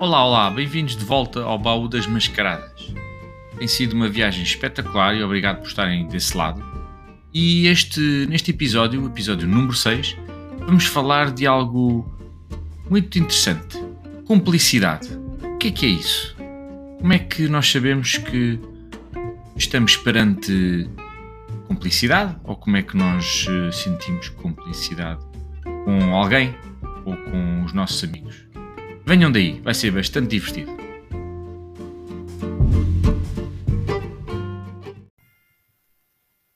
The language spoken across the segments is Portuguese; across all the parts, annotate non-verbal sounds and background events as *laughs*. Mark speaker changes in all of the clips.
Speaker 1: Olá, olá, bem-vindos de volta ao Baú das Mascaradas. Tem sido uma viagem espetacular e obrigado por estarem desse lado. E este, neste episódio, o episódio número 6, vamos falar de algo muito interessante: cumplicidade. O que é que é isso? Como é que nós sabemos que estamos perante cumplicidade? Ou como é que nós eh, sentimos cumplicidade com alguém ou com os nossos amigos? Venham daí, vai ser bastante divertido.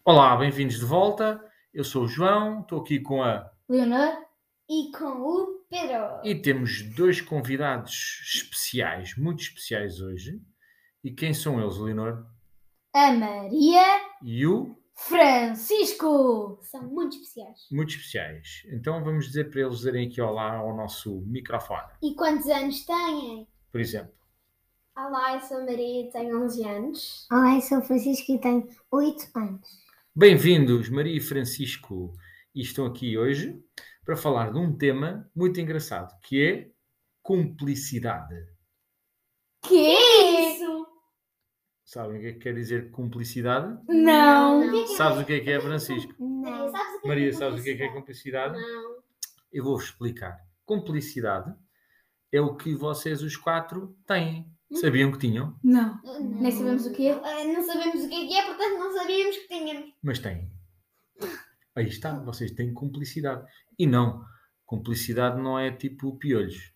Speaker 1: Olá, bem-vindos de volta. Eu sou o João, estou aqui com a.
Speaker 2: Leonor,
Speaker 3: e com o Pedro.
Speaker 1: E temos dois convidados especiais, muito especiais hoje. E quem são eles, Leonor?
Speaker 2: a Maria,
Speaker 1: E o.
Speaker 2: Francisco.
Speaker 3: São muito especiais.
Speaker 1: Muito especiais. Então vamos dizer para eles dizerem aqui olá ao nosso microfone,
Speaker 3: E quantos anos têm?
Speaker 1: por exemplo.
Speaker 3: Olá, eu sou a Maria e tenho 11 anos.
Speaker 2: Olá, eu sou o Francisco e tenho 8 anos.
Speaker 1: Bem-vindos, Maria e Francisco, e estão aqui hoje para falar de um tema muito engraçado, que é cumplicidade.
Speaker 2: Quê?
Speaker 3: É Isso!
Speaker 1: Sabem o que é que quer dizer cumplicidade?
Speaker 2: Não.
Speaker 3: Não.
Speaker 1: Sabes o que é que é, Francisco?
Speaker 3: Maria,
Speaker 2: Não.
Speaker 3: sabes o que
Speaker 1: Maria, sabes o que é que é cumplicidade?
Speaker 3: Não.
Speaker 1: Eu vou explicar. Cumplicidade é o que vocês, os quatro, têm. Sabiam que tinham,
Speaker 3: *laughs*
Speaker 2: Não. Nem sabemos o que é.
Speaker 3: Ah, Não sabemos o que é que é, portanto não sabíamos que *laughs* tínhamos.
Speaker 1: mas têm. Aí está, vocês têm cumplicidade. E não, cumplicidade não é tipo piolhos.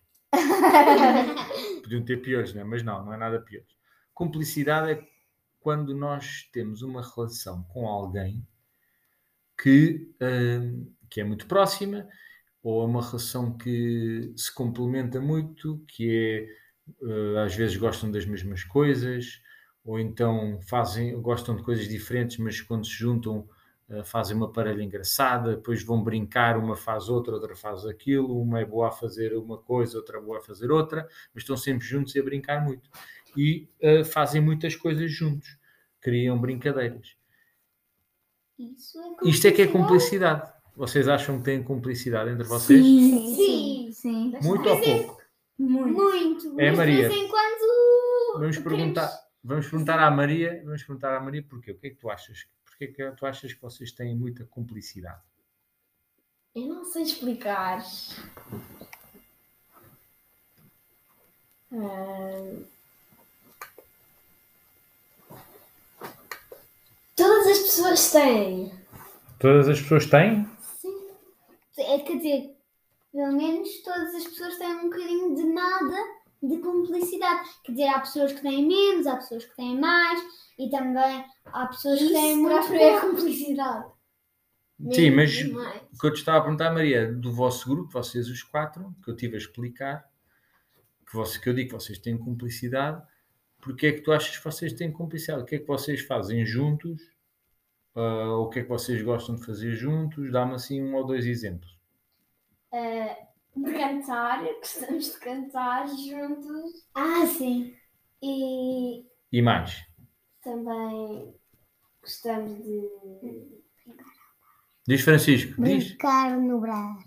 Speaker 1: podiam ter piores, né? mas não, não é nada pior. Cumplicidade é quando nós temos uma relação com alguém que, hum, que é muito próxima, ou é uma relação que se complementa muito, que é eh, às vezes gostam das mesmas coisas, ou então fazem, gostam de coisas diferentes, mas quando se juntam eh, fazem uma parelha engraçada, depois vão brincar, uma faz outra, outra faz aquilo, uma é boa a fazer uma coisa, outra é boa a fazer outra, mas estão sempre juntos e a brincar muito. E eh, fazem muitas coisas juntos, criam brincadeiras.
Speaker 3: Isso
Speaker 1: Isto é que é cumplicidade. Vocês acham que têm cumplicidade entre vocês?
Speaker 3: Sim.
Speaker 2: Sim.
Speaker 1: Muito ou pouco?
Speaker 2: Muito.
Speaker 3: é Muito.
Speaker 1: É,
Speaker 3: Mas
Speaker 1: Maria.
Speaker 3: De vez em quando.
Speaker 1: Vamos perguntar, vamos perguntar à Maria, vamos perguntar à Maria porquê. O que é que tu achas? Porquê é que tu achas que vocês têm muita cumplicidade?
Speaker 3: Eu não sei explicar. Todas as pessoas têm.
Speaker 1: Todas as pessoas têm?
Speaker 3: Sim. É, quer dizer, pelo menos todas as pessoas têm um bocadinho de nada de cumplicidade. Quer dizer, há pessoas que têm menos, há pessoas que têm mais e também há pessoas que têm muito pouco.
Speaker 2: cumplicidade.
Speaker 1: Sim, mas
Speaker 3: Menos, mais.
Speaker 1: o que eu te estava a perguntar, Maria, do vosso grupo, vocês os quatro, que eu tive a explicar, que, você, que eu digo que vocês têm cumplicidade, porque é que tu achas que vocês têm cumplicidade? O que é que vocês fazem juntos? Ah, o que é que vocês gostam de fazer juntos? Dá-me assim um ou dois exemplos.
Speaker 3: de cantar, *laughs* gostamos de cantar juntos
Speaker 2: Ah, sim.
Speaker 3: e
Speaker 1: E mais?
Speaker 3: também gostamos de
Speaker 1: Diz Francisco, diz.
Speaker 2: Brincar no bar.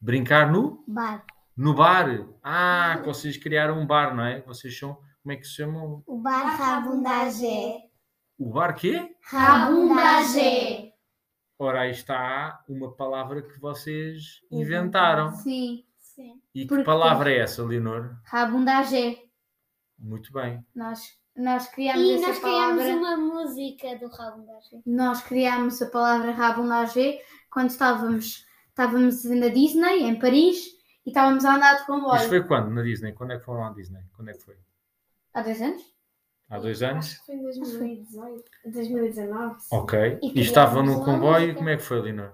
Speaker 1: Brincar no,
Speaker 2: bar.
Speaker 1: no bar. Ah, que vocês criaram um bar, não é? Vocês são, como é que se chamam?
Speaker 2: O bar Rabundagé.
Speaker 1: O bar quê?
Speaker 2: Rabundagé.
Speaker 1: Ora, aí está uma palavra que vocês inventaram.
Speaker 2: Sim.
Speaker 3: Sim.
Speaker 1: E que
Speaker 2: Porque-
Speaker 1: palavra é essa, Leonor?
Speaker 2: Rabundagé.
Speaker 1: Muito bem.
Speaker 2: Nós, nós criámos
Speaker 3: E
Speaker 2: essa
Speaker 3: nós
Speaker 2: palavra.
Speaker 3: criámos uma música do Raul Berger.
Speaker 2: Nós criámos a palavra rabundagé quando estávamos, estávamos na Disney, em Paris, e estávamos a andar de
Speaker 1: Isto
Speaker 2: comboio.
Speaker 1: foi quando na Disney? Quando é que foram à Disney? Quando é que foi?
Speaker 2: Há dois anos?
Speaker 1: Há dois anos?
Speaker 3: que Ah, foi em 2018, 2019.
Speaker 1: Ok. E,
Speaker 3: criámos
Speaker 1: estavam num
Speaker 3: uma
Speaker 1: comboio.
Speaker 3: música.
Speaker 1: Como é que foi, Leonor?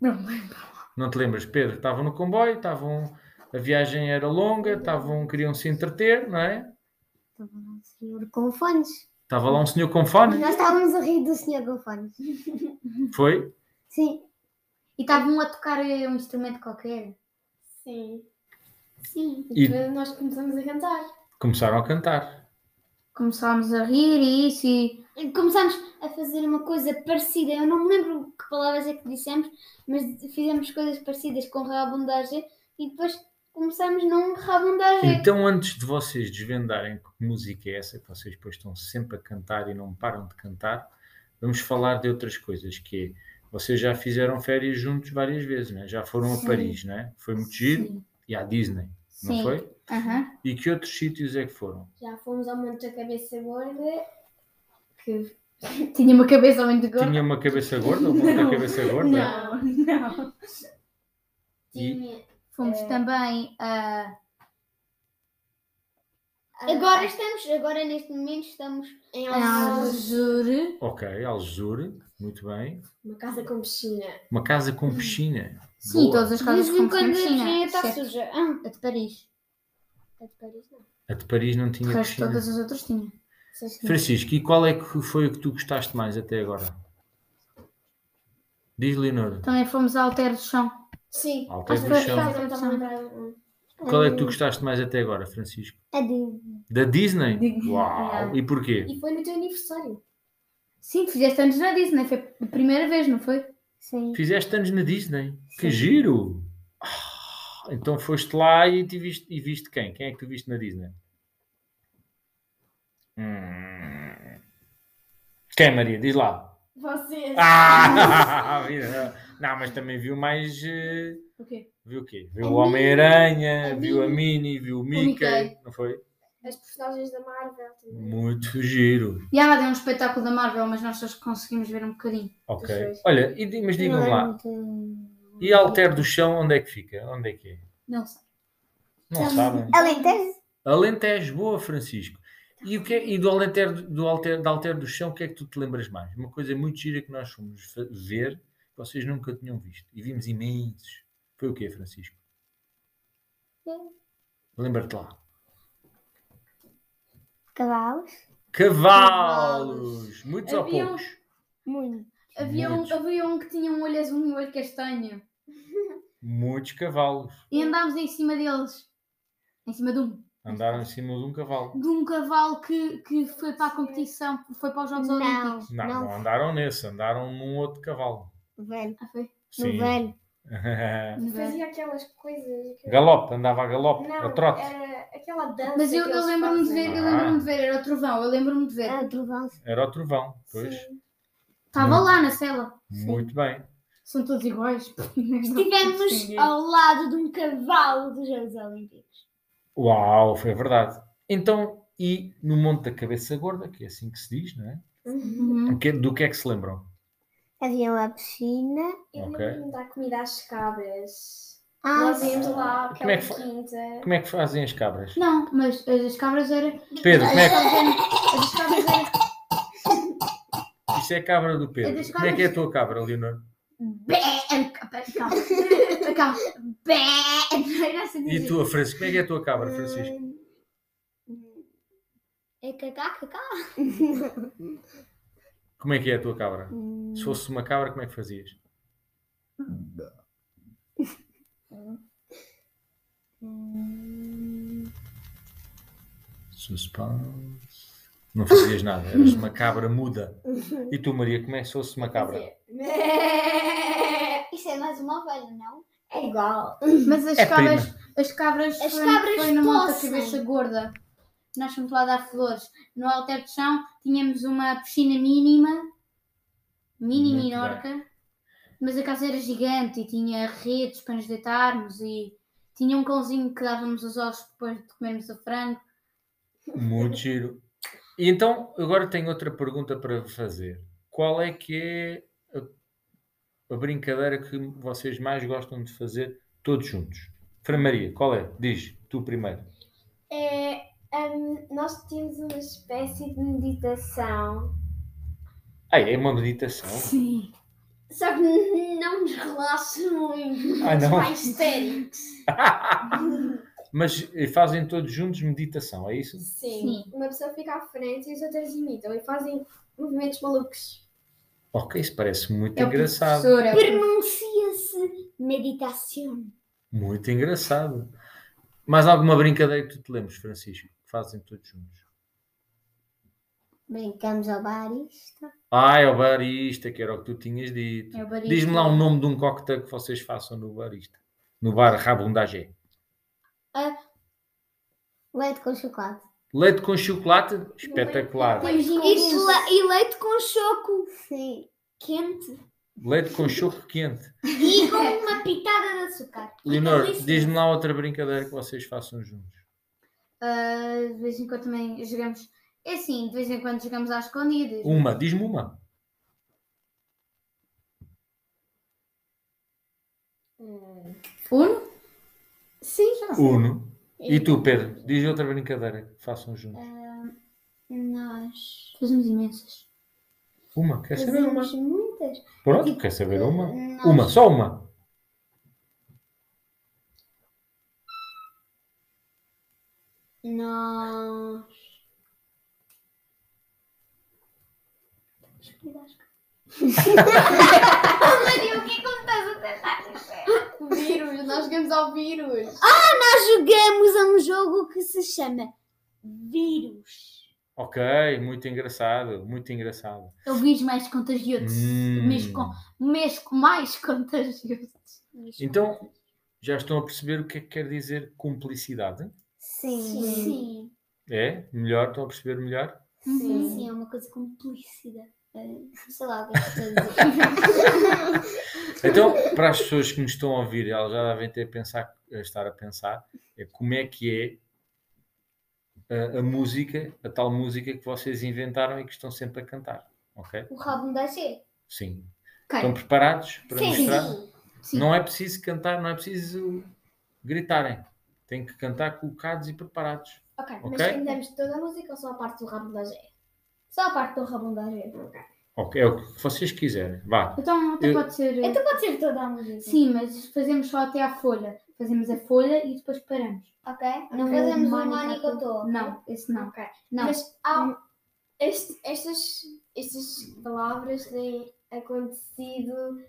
Speaker 2: Não me lembro.
Speaker 1: Não te lembras, Pedro? Estavam no comboio, estavam. A viagem era longa, estavam, queriam se entreter, não é?
Speaker 2: Senhor Golfones.
Speaker 1: Estava lá um senhor com fome.
Speaker 2: Nós estávamos a rir do Senhor Golfones.
Speaker 1: Foi?
Speaker 2: Sim. E estavam a tocar eh, um instrumento qualquer.
Speaker 3: Sim. Sim.
Speaker 1: E-
Speaker 3: depois nós começamos a cantar.
Speaker 1: Começaram a cantar.
Speaker 2: Começámos a rir e isso e...
Speaker 3: Começámos a fazer uma coisa parecida. Eu não me lembro que palavras é que dissemos, mas fizemos coisas parecidas com Raul Berger e depois começamos não
Speaker 2: É.
Speaker 3: rabundagem.
Speaker 1: Então, antes de vocês desvendarem que música é essa, que vocês depois estão sempre a cantar e não param de cantar, vamos falar de outras coisas, que é, vocês já fizeram férias juntos várias vezes, né? já foram
Speaker 2: Sim.
Speaker 1: a Paris, né? foi muito giro, e à Disney,
Speaker 2: Sim.
Speaker 1: não foi?
Speaker 2: Aham.
Speaker 1: E que outros sítios é que foram?
Speaker 3: Já fomos ao Monte da Cabeça Gorda, que
Speaker 2: Tinha uma cabeça muito gorda.
Speaker 1: Tinha uma cabeça gorda, ou uma
Speaker 2: Não.
Speaker 1: cabeça gorda?
Speaker 2: Não, não.
Speaker 1: E-
Speaker 3: tinha.
Speaker 2: Fomos
Speaker 3: É.
Speaker 2: também a.
Speaker 3: Agora estamos, agora neste momento estamos em
Speaker 2: Alzure.
Speaker 1: Ok, Alzure, muito bem.
Speaker 4: Uma casa com piscina.
Speaker 1: Uma casa com piscina.
Speaker 2: Sim,
Speaker 1: Boa.
Speaker 2: todas as
Speaker 3: De
Speaker 2: casas
Speaker 3: vez
Speaker 2: com
Speaker 3: em quando a piscina
Speaker 2: piscina.
Speaker 3: está
Speaker 2: exceto
Speaker 3: suja. Ah,
Speaker 2: A de Paris.
Speaker 3: a de Paris não.
Speaker 1: A de Paris não
Speaker 2: De
Speaker 1: tinha
Speaker 2: resto,
Speaker 1: piscina.
Speaker 2: todas as outras tinham.
Speaker 1: Francisco, e qual é que foi o que tu gostaste mais até agora? Diz, Leonor.
Speaker 2: Também fomos ao Alter do Chão.
Speaker 4: Sim.
Speaker 1: Alter
Speaker 2: Acho
Speaker 1: do
Speaker 2: que foi-
Speaker 1: Chão.
Speaker 4: Não estava a lembrar. hum.
Speaker 1: Qual é que tu gostaste mais até agora, Francisco?
Speaker 3: um. A de
Speaker 1: Da Disney?
Speaker 2: Disney,
Speaker 1: Uau! E porquê?
Speaker 4: E foi no teu aniversário.
Speaker 2: Sim, fizeste anos na Disney. Foi a primeira vez, não foi?
Speaker 3: Sim.
Speaker 1: Fizeste anos na Disney. Que giro! Ah, Então foste lá e, te viste, e viste quem? Quem é que tu viste na Disney? Hum. Quem, Maria? Diz lá.
Speaker 4: Vocês.
Speaker 1: Ah! *laughs* Vida. Não, mas também viu mais. eh,
Speaker 2: O quê?
Speaker 1: Viu o quê?
Speaker 3: A
Speaker 1: Viu o
Speaker 3: Minnie.
Speaker 1: Homem-Aranha,
Speaker 3: A
Speaker 1: viu a Minnie, viu o Mickey.
Speaker 2: Mickey.
Speaker 1: Não foi?
Speaker 4: As personagens da Marvel também.
Speaker 1: Muito giro.
Speaker 2: Já deu um espetáculo da Marvel, mas nós só conseguimos ver um bocadinho.
Speaker 1: Ok.
Speaker 4: Dos dois.
Speaker 1: Olha, e di- mas digam
Speaker 2: é
Speaker 1: lá, e Alter do Chão, onde é que fica? Onde é que é?
Speaker 2: Não sei.
Speaker 1: Não sabem.
Speaker 3: Alentejo.
Speaker 1: Alentejo, boa, Francisco. E, o que é- e do Alter do, Alter, da Alter do Chão, o que é que tu te lembras mais? Uma coisa muito gira que nós fomos fa- ver, que vocês nunca tinham visto. E vimos imensos. Foi o quê, Francisco? Lembra-te lá.
Speaker 3: Cavalos.
Speaker 1: Cavalos! Muitos ou
Speaker 2: Havia um-
Speaker 1: poucos?
Speaker 3: Muito.
Speaker 2: Havia um,
Speaker 1: Muitos.
Speaker 2: havia um que tinha um olho azul e um olho castanho.
Speaker 1: Muitos cavalos.
Speaker 2: E andámos em cima deles. Em cima de um,
Speaker 1: Andaram em cima de um cavalo.
Speaker 2: de um cavalo que, que foi para a competição, foi para os Jogos Olímpicos.
Speaker 3: Não.
Speaker 1: Não, não andaram nesse, andaram num outro cavalo.
Speaker 3: Velho.
Speaker 2: Ah, foi?
Speaker 3: No
Speaker 1: Sim.
Speaker 3: velho.
Speaker 4: Fazia aquelas coisas.
Speaker 1: *laughs*
Speaker 4: que-
Speaker 1: Galope, andava a galope, a
Speaker 4: Não,
Speaker 1: trote.
Speaker 4: era aquela dança.
Speaker 2: Mas eu,
Speaker 4: que
Speaker 2: eu
Speaker 4: eles
Speaker 2: lembro-me de
Speaker 4: fazem.
Speaker 2: ver, eu lembro-me de ver, era o trovão, eu lembro-me de ver.
Speaker 3: Ah, trovão.
Speaker 1: Era o trovão, pois.
Speaker 4: Sim.
Speaker 2: Estava
Speaker 1: Hum.
Speaker 2: lá na cela.
Speaker 1: Muito bem.
Speaker 2: São todos iguais.
Speaker 3: Estivemos ao lado de um cavalo dos Jogos Olímpicos.
Speaker 1: Uau, foi verdade. Então, e no Monte da Cabeça Gorda, que é assim que se diz, não é?
Speaker 2: Uhum.
Speaker 1: O que- do que é que se lembram?
Speaker 3: Havia uma piscina.
Speaker 4: Eu
Speaker 1: Ok.
Speaker 4: lembro-me de dar comida às cabras.
Speaker 3: Ah,
Speaker 4: Nós íamos
Speaker 1: E
Speaker 4: lá
Speaker 1: como
Speaker 4: àquela
Speaker 1: é que foi?
Speaker 4: quinta.
Speaker 1: Como é que fazem as
Speaker 2: *laughs*
Speaker 1: cabras?
Speaker 2: Não, mas as as cabras era.
Speaker 1: Pedro, como é que.
Speaker 2: As cabras era.
Speaker 1: Isto é a cabra do Pedro.
Speaker 2: É das
Speaker 1: Como é que é a
Speaker 2: cabras.
Speaker 1: tua cabra, Leonor?
Speaker 2: Bé! Calma. Bé! Era assim
Speaker 1: E a
Speaker 2: dizer.
Speaker 1: tua, Francisco? Como é que é a tua cabra, Francisco?
Speaker 3: É cacá, cacá.
Speaker 1: Como é que é a tua cabra?
Speaker 3: Hum.
Speaker 1: Se fosse uma cabra, como é que fazias? Suspense. Não fazias nada, eras uma cabra muda. E tu, Maria, como é que se fosse uma cabra?
Speaker 4: *laughs* Fazia.
Speaker 3: Isso é mais uma ovelha, não?
Speaker 4: É igual.
Speaker 2: Mas as
Speaker 1: É
Speaker 2: cabras. As cabras.
Speaker 3: As
Speaker 2: foi-
Speaker 3: cabras
Speaker 2: Foi numa outra
Speaker 3: tossem.
Speaker 2: cabeça gorda. Nós fomos lá dar flores. No alter de chão tínhamos uma piscina mínima. Mini
Speaker 1: Muito
Speaker 2: minorca. Mas a casa era gigante e tinha redes para nos deitarmos e tinha um cãozinho que dávamos os ovos depois de comermos o frango.
Speaker 1: Muito giro. E então, agora tenho outra pergunta para fazer. Qual é que é a, a brincadeira que vocês mais gostam de fazer todos juntos? Fran Maria, qual é? Diz, tu primeiro.
Speaker 4: É, hum, nós tínhamos uma espécie de meditação.
Speaker 1: Ah, é uma meditação?
Speaker 2: Sim.
Speaker 3: Só que não nos relaxa muito.
Speaker 1: Ah, não?
Speaker 3: Mais sério.
Speaker 1: Mas eh, fazem todos juntos meditação, é isso?
Speaker 4: Sim. Uma pessoa fica à frente e os outros imitam e fazem movimentos malucos.
Speaker 1: Ok, isso parece muito
Speaker 2: É o
Speaker 1: engraçado.
Speaker 2: professor, é o
Speaker 3: Pronuncia-se meditação.
Speaker 1: Muito engraçado. Mais alguma brincadeira que tu te lembres, Francisco? Que fazem todos juntos?
Speaker 3: Brincamos ao barista.
Speaker 1: Ah, é o barista, que era o que tu tinhas dito.
Speaker 2: É o barista.
Speaker 1: um Diz-me lá o nome de um cocktail que vocês façam no barista. No bar Rabundagé.
Speaker 3: Leite com chocolate.
Speaker 1: Leite com chocolate, espetacular.
Speaker 4: Leite com
Speaker 3: E,
Speaker 4: doce.
Speaker 3: le- e leite com choco
Speaker 2: Sim.
Speaker 3: quente.
Speaker 1: Leite com choco quente.
Speaker 2: *laughs*
Speaker 3: E com uma pitada de açúcar.
Speaker 1: Leonor,
Speaker 3: Delícia.
Speaker 1: diz-me lá outra brincadeira que vocês façam juntos.
Speaker 2: Ah, de vez em quando também jogamos. É assim, de vez em quando jogamos às escondidas.
Speaker 1: Uma, diz-me uma.
Speaker 2: Uno?
Speaker 4: É. Sim.
Speaker 1: Uno. E tu, Pedro, diz outra brincadeira que façam juntos.
Speaker 3: Nós
Speaker 2: Fazemos imensas.
Speaker 1: Uma, quer saber uma?
Speaker 3: fazemos muitas.
Speaker 1: Pronto, quer saber uma?
Speaker 3: Nós-
Speaker 1: Uma, só uma.
Speaker 3: Nós.
Speaker 4: Maria, o que é que me estás a tentar dizer?
Speaker 2: O vírus, nós jogamos ao vírus.
Speaker 3: Nós jogamos a um jogo que se chama Vírus.
Speaker 1: Ok, muito engraçado, muito engraçado.
Speaker 2: É o vírus mais contagioso.
Speaker 1: Hum.
Speaker 2: Mas com, mas com mais *laughs* contagioso.
Speaker 1: Então, já estão a perceber o que é que quer dizer cumplicidade?
Speaker 3: Sim. Sim.
Speaker 1: É? Melhor? Estão a perceber melhor?
Speaker 2: Uhum.
Speaker 3: Sim,
Speaker 4: Sim.
Speaker 3: é uma coisa complicida. Sei lá o que é que estou a dizer.
Speaker 1: Então, para as pessoas que nos estão a ouvir, elas já devem ter a, pensar, a estar a pensar é como é que é a, a música, a tal música que vocês inventaram e que estão sempre a cantar. Ok?
Speaker 3: O Robin da G.
Speaker 1: Sim.
Speaker 2: Ok.
Speaker 1: Estão preparados para mostrar?
Speaker 2: Sim.
Speaker 1: Não é preciso cantar, não é preciso gritarem. Tem que cantar colocados e preparados.
Speaker 3: Ok.
Speaker 1: Ok?
Speaker 4: Temos toda a música ou só a parte do rabo da gente?
Speaker 3: Só a parte do Robin da G.
Speaker 1: Ok, é o que vocês quiserem. Vá.
Speaker 2: Então até
Speaker 1: Eu-
Speaker 2: pode ser. ah,
Speaker 3: Então pode ser toda a música.
Speaker 2: Sim, mas fazemos só até à folha. Fazemos a folha e depois paramos.
Speaker 3: Ok? Não
Speaker 2: Ok.
Speaker 3: fazemos o
Speaker 2: Mônica
Speaker 3: Monicotô.
Speaker 2: Não, esse não.
Speaker 4: Ok.
Speaker 2: Não.
Speaker 4: Mas
Speaker 1: Hum.
Speaker 4: há, este- estas, estas palavras têm acontecido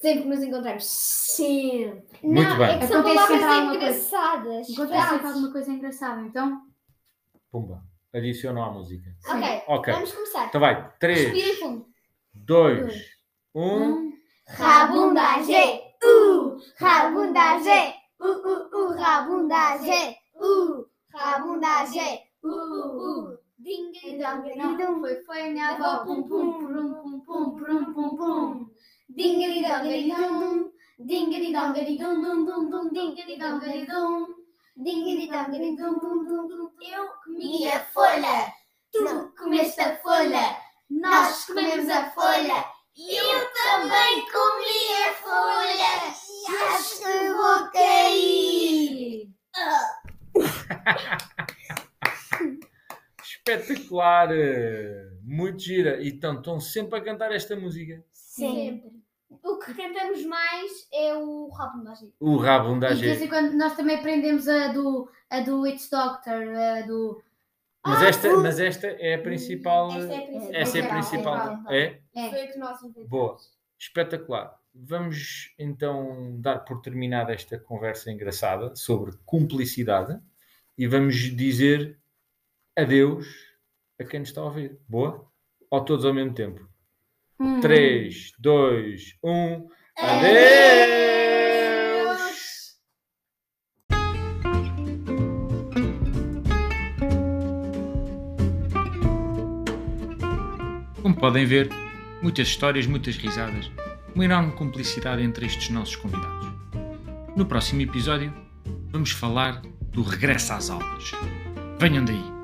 Speaker 4: sempre que nos encontramos. Sempre.
Speaker 1: Muito
Speaker 3: não,
Speaker 1: bem.
Speaker 3: é que são
Speaker 2: Acontece sempre
Speaker 3: palavras
Speaker 2: alguma coisa.
Speaker 3: engraçadas.
Speaker 2: Encontrei sempre
Speaker 3: frases.
Speaker 2: alguma coisa engraçada, então.
Speaker 1: Pumba. Adicionam à música.
Speaker 3: Ok,
Speaker 1: Ok.
Speaker 3: vamos começar.
Speaker 1: Então vai. 3,
Speaker 3: Respirem fundo.
Speaker 1: 2,
Speaker 2: Hum.
Speaker 1: 1.
Speaker 3: Rabundagem, uh, rabundagem, uh, uh, uh, rabundagem, uh, rabundagem, uh, uh, uh. Ding,
Speaker 2: Então,
Speaker 3: dong,
Speaker 2: não,
Speaker 3: ding, dong,
Speaker 2: foi, foi a minha avó. Pum, pum, pum, pum, pum, pum, pum, pum.
Speaker 3: ding, dong, ding, dong, ding, dong, ding, dong, dong, dong, dong, ding, dong, ding, dong, ding, dong, ding, dong, dong, dong, dong. Eu comi a folha, tu comeste a folha, nós comemos a folha, eu também comi a folha, e acho que vou cair.
Speaker 1: Espetacular. Muito gira. Então estão sempre a cantar esta música.
Speaker 3: Sempre. O que cantamos mais é o Robin Magic.
Speaker 1: O rabo da
Speaker 2: E de vez
Speaker 1: gente.
Speaker 2: em quando nós também aprendemos a do, a do It's Doctor, a do.
Speaker 1: Mas esta, mas esta é
Speaker 3: Hum,
Speaker 1: a principal.
Speaker 4: Esta é a principal.
Speaker 1: Essa é a
Speaker 2: Sim,
Speaker 3: então.
Speaker 1: principal.
Speaker 2: sim.
Speaker 1: É?
Speaker 2: É.
Speaker 4: Foi a que nós inventamos.
Speaker 1: Boa. Espetacular. Vamos então dar por terminada esta conversa engraçada sobre cumplicidade e vamos dizer adeus a quem nos está a ouvir. Boa? Ou todos ao mesmo tempo? um.
Speaker 2: Hum.
Speaker 1: 3, 2, 1. Adeus! Como podem ver, muitas histórias, muitas risadas, uma enorme cumplicidade entre estes nossos convidados. No próximo episódio, vamos falar do regresso às aulas. Venham daí!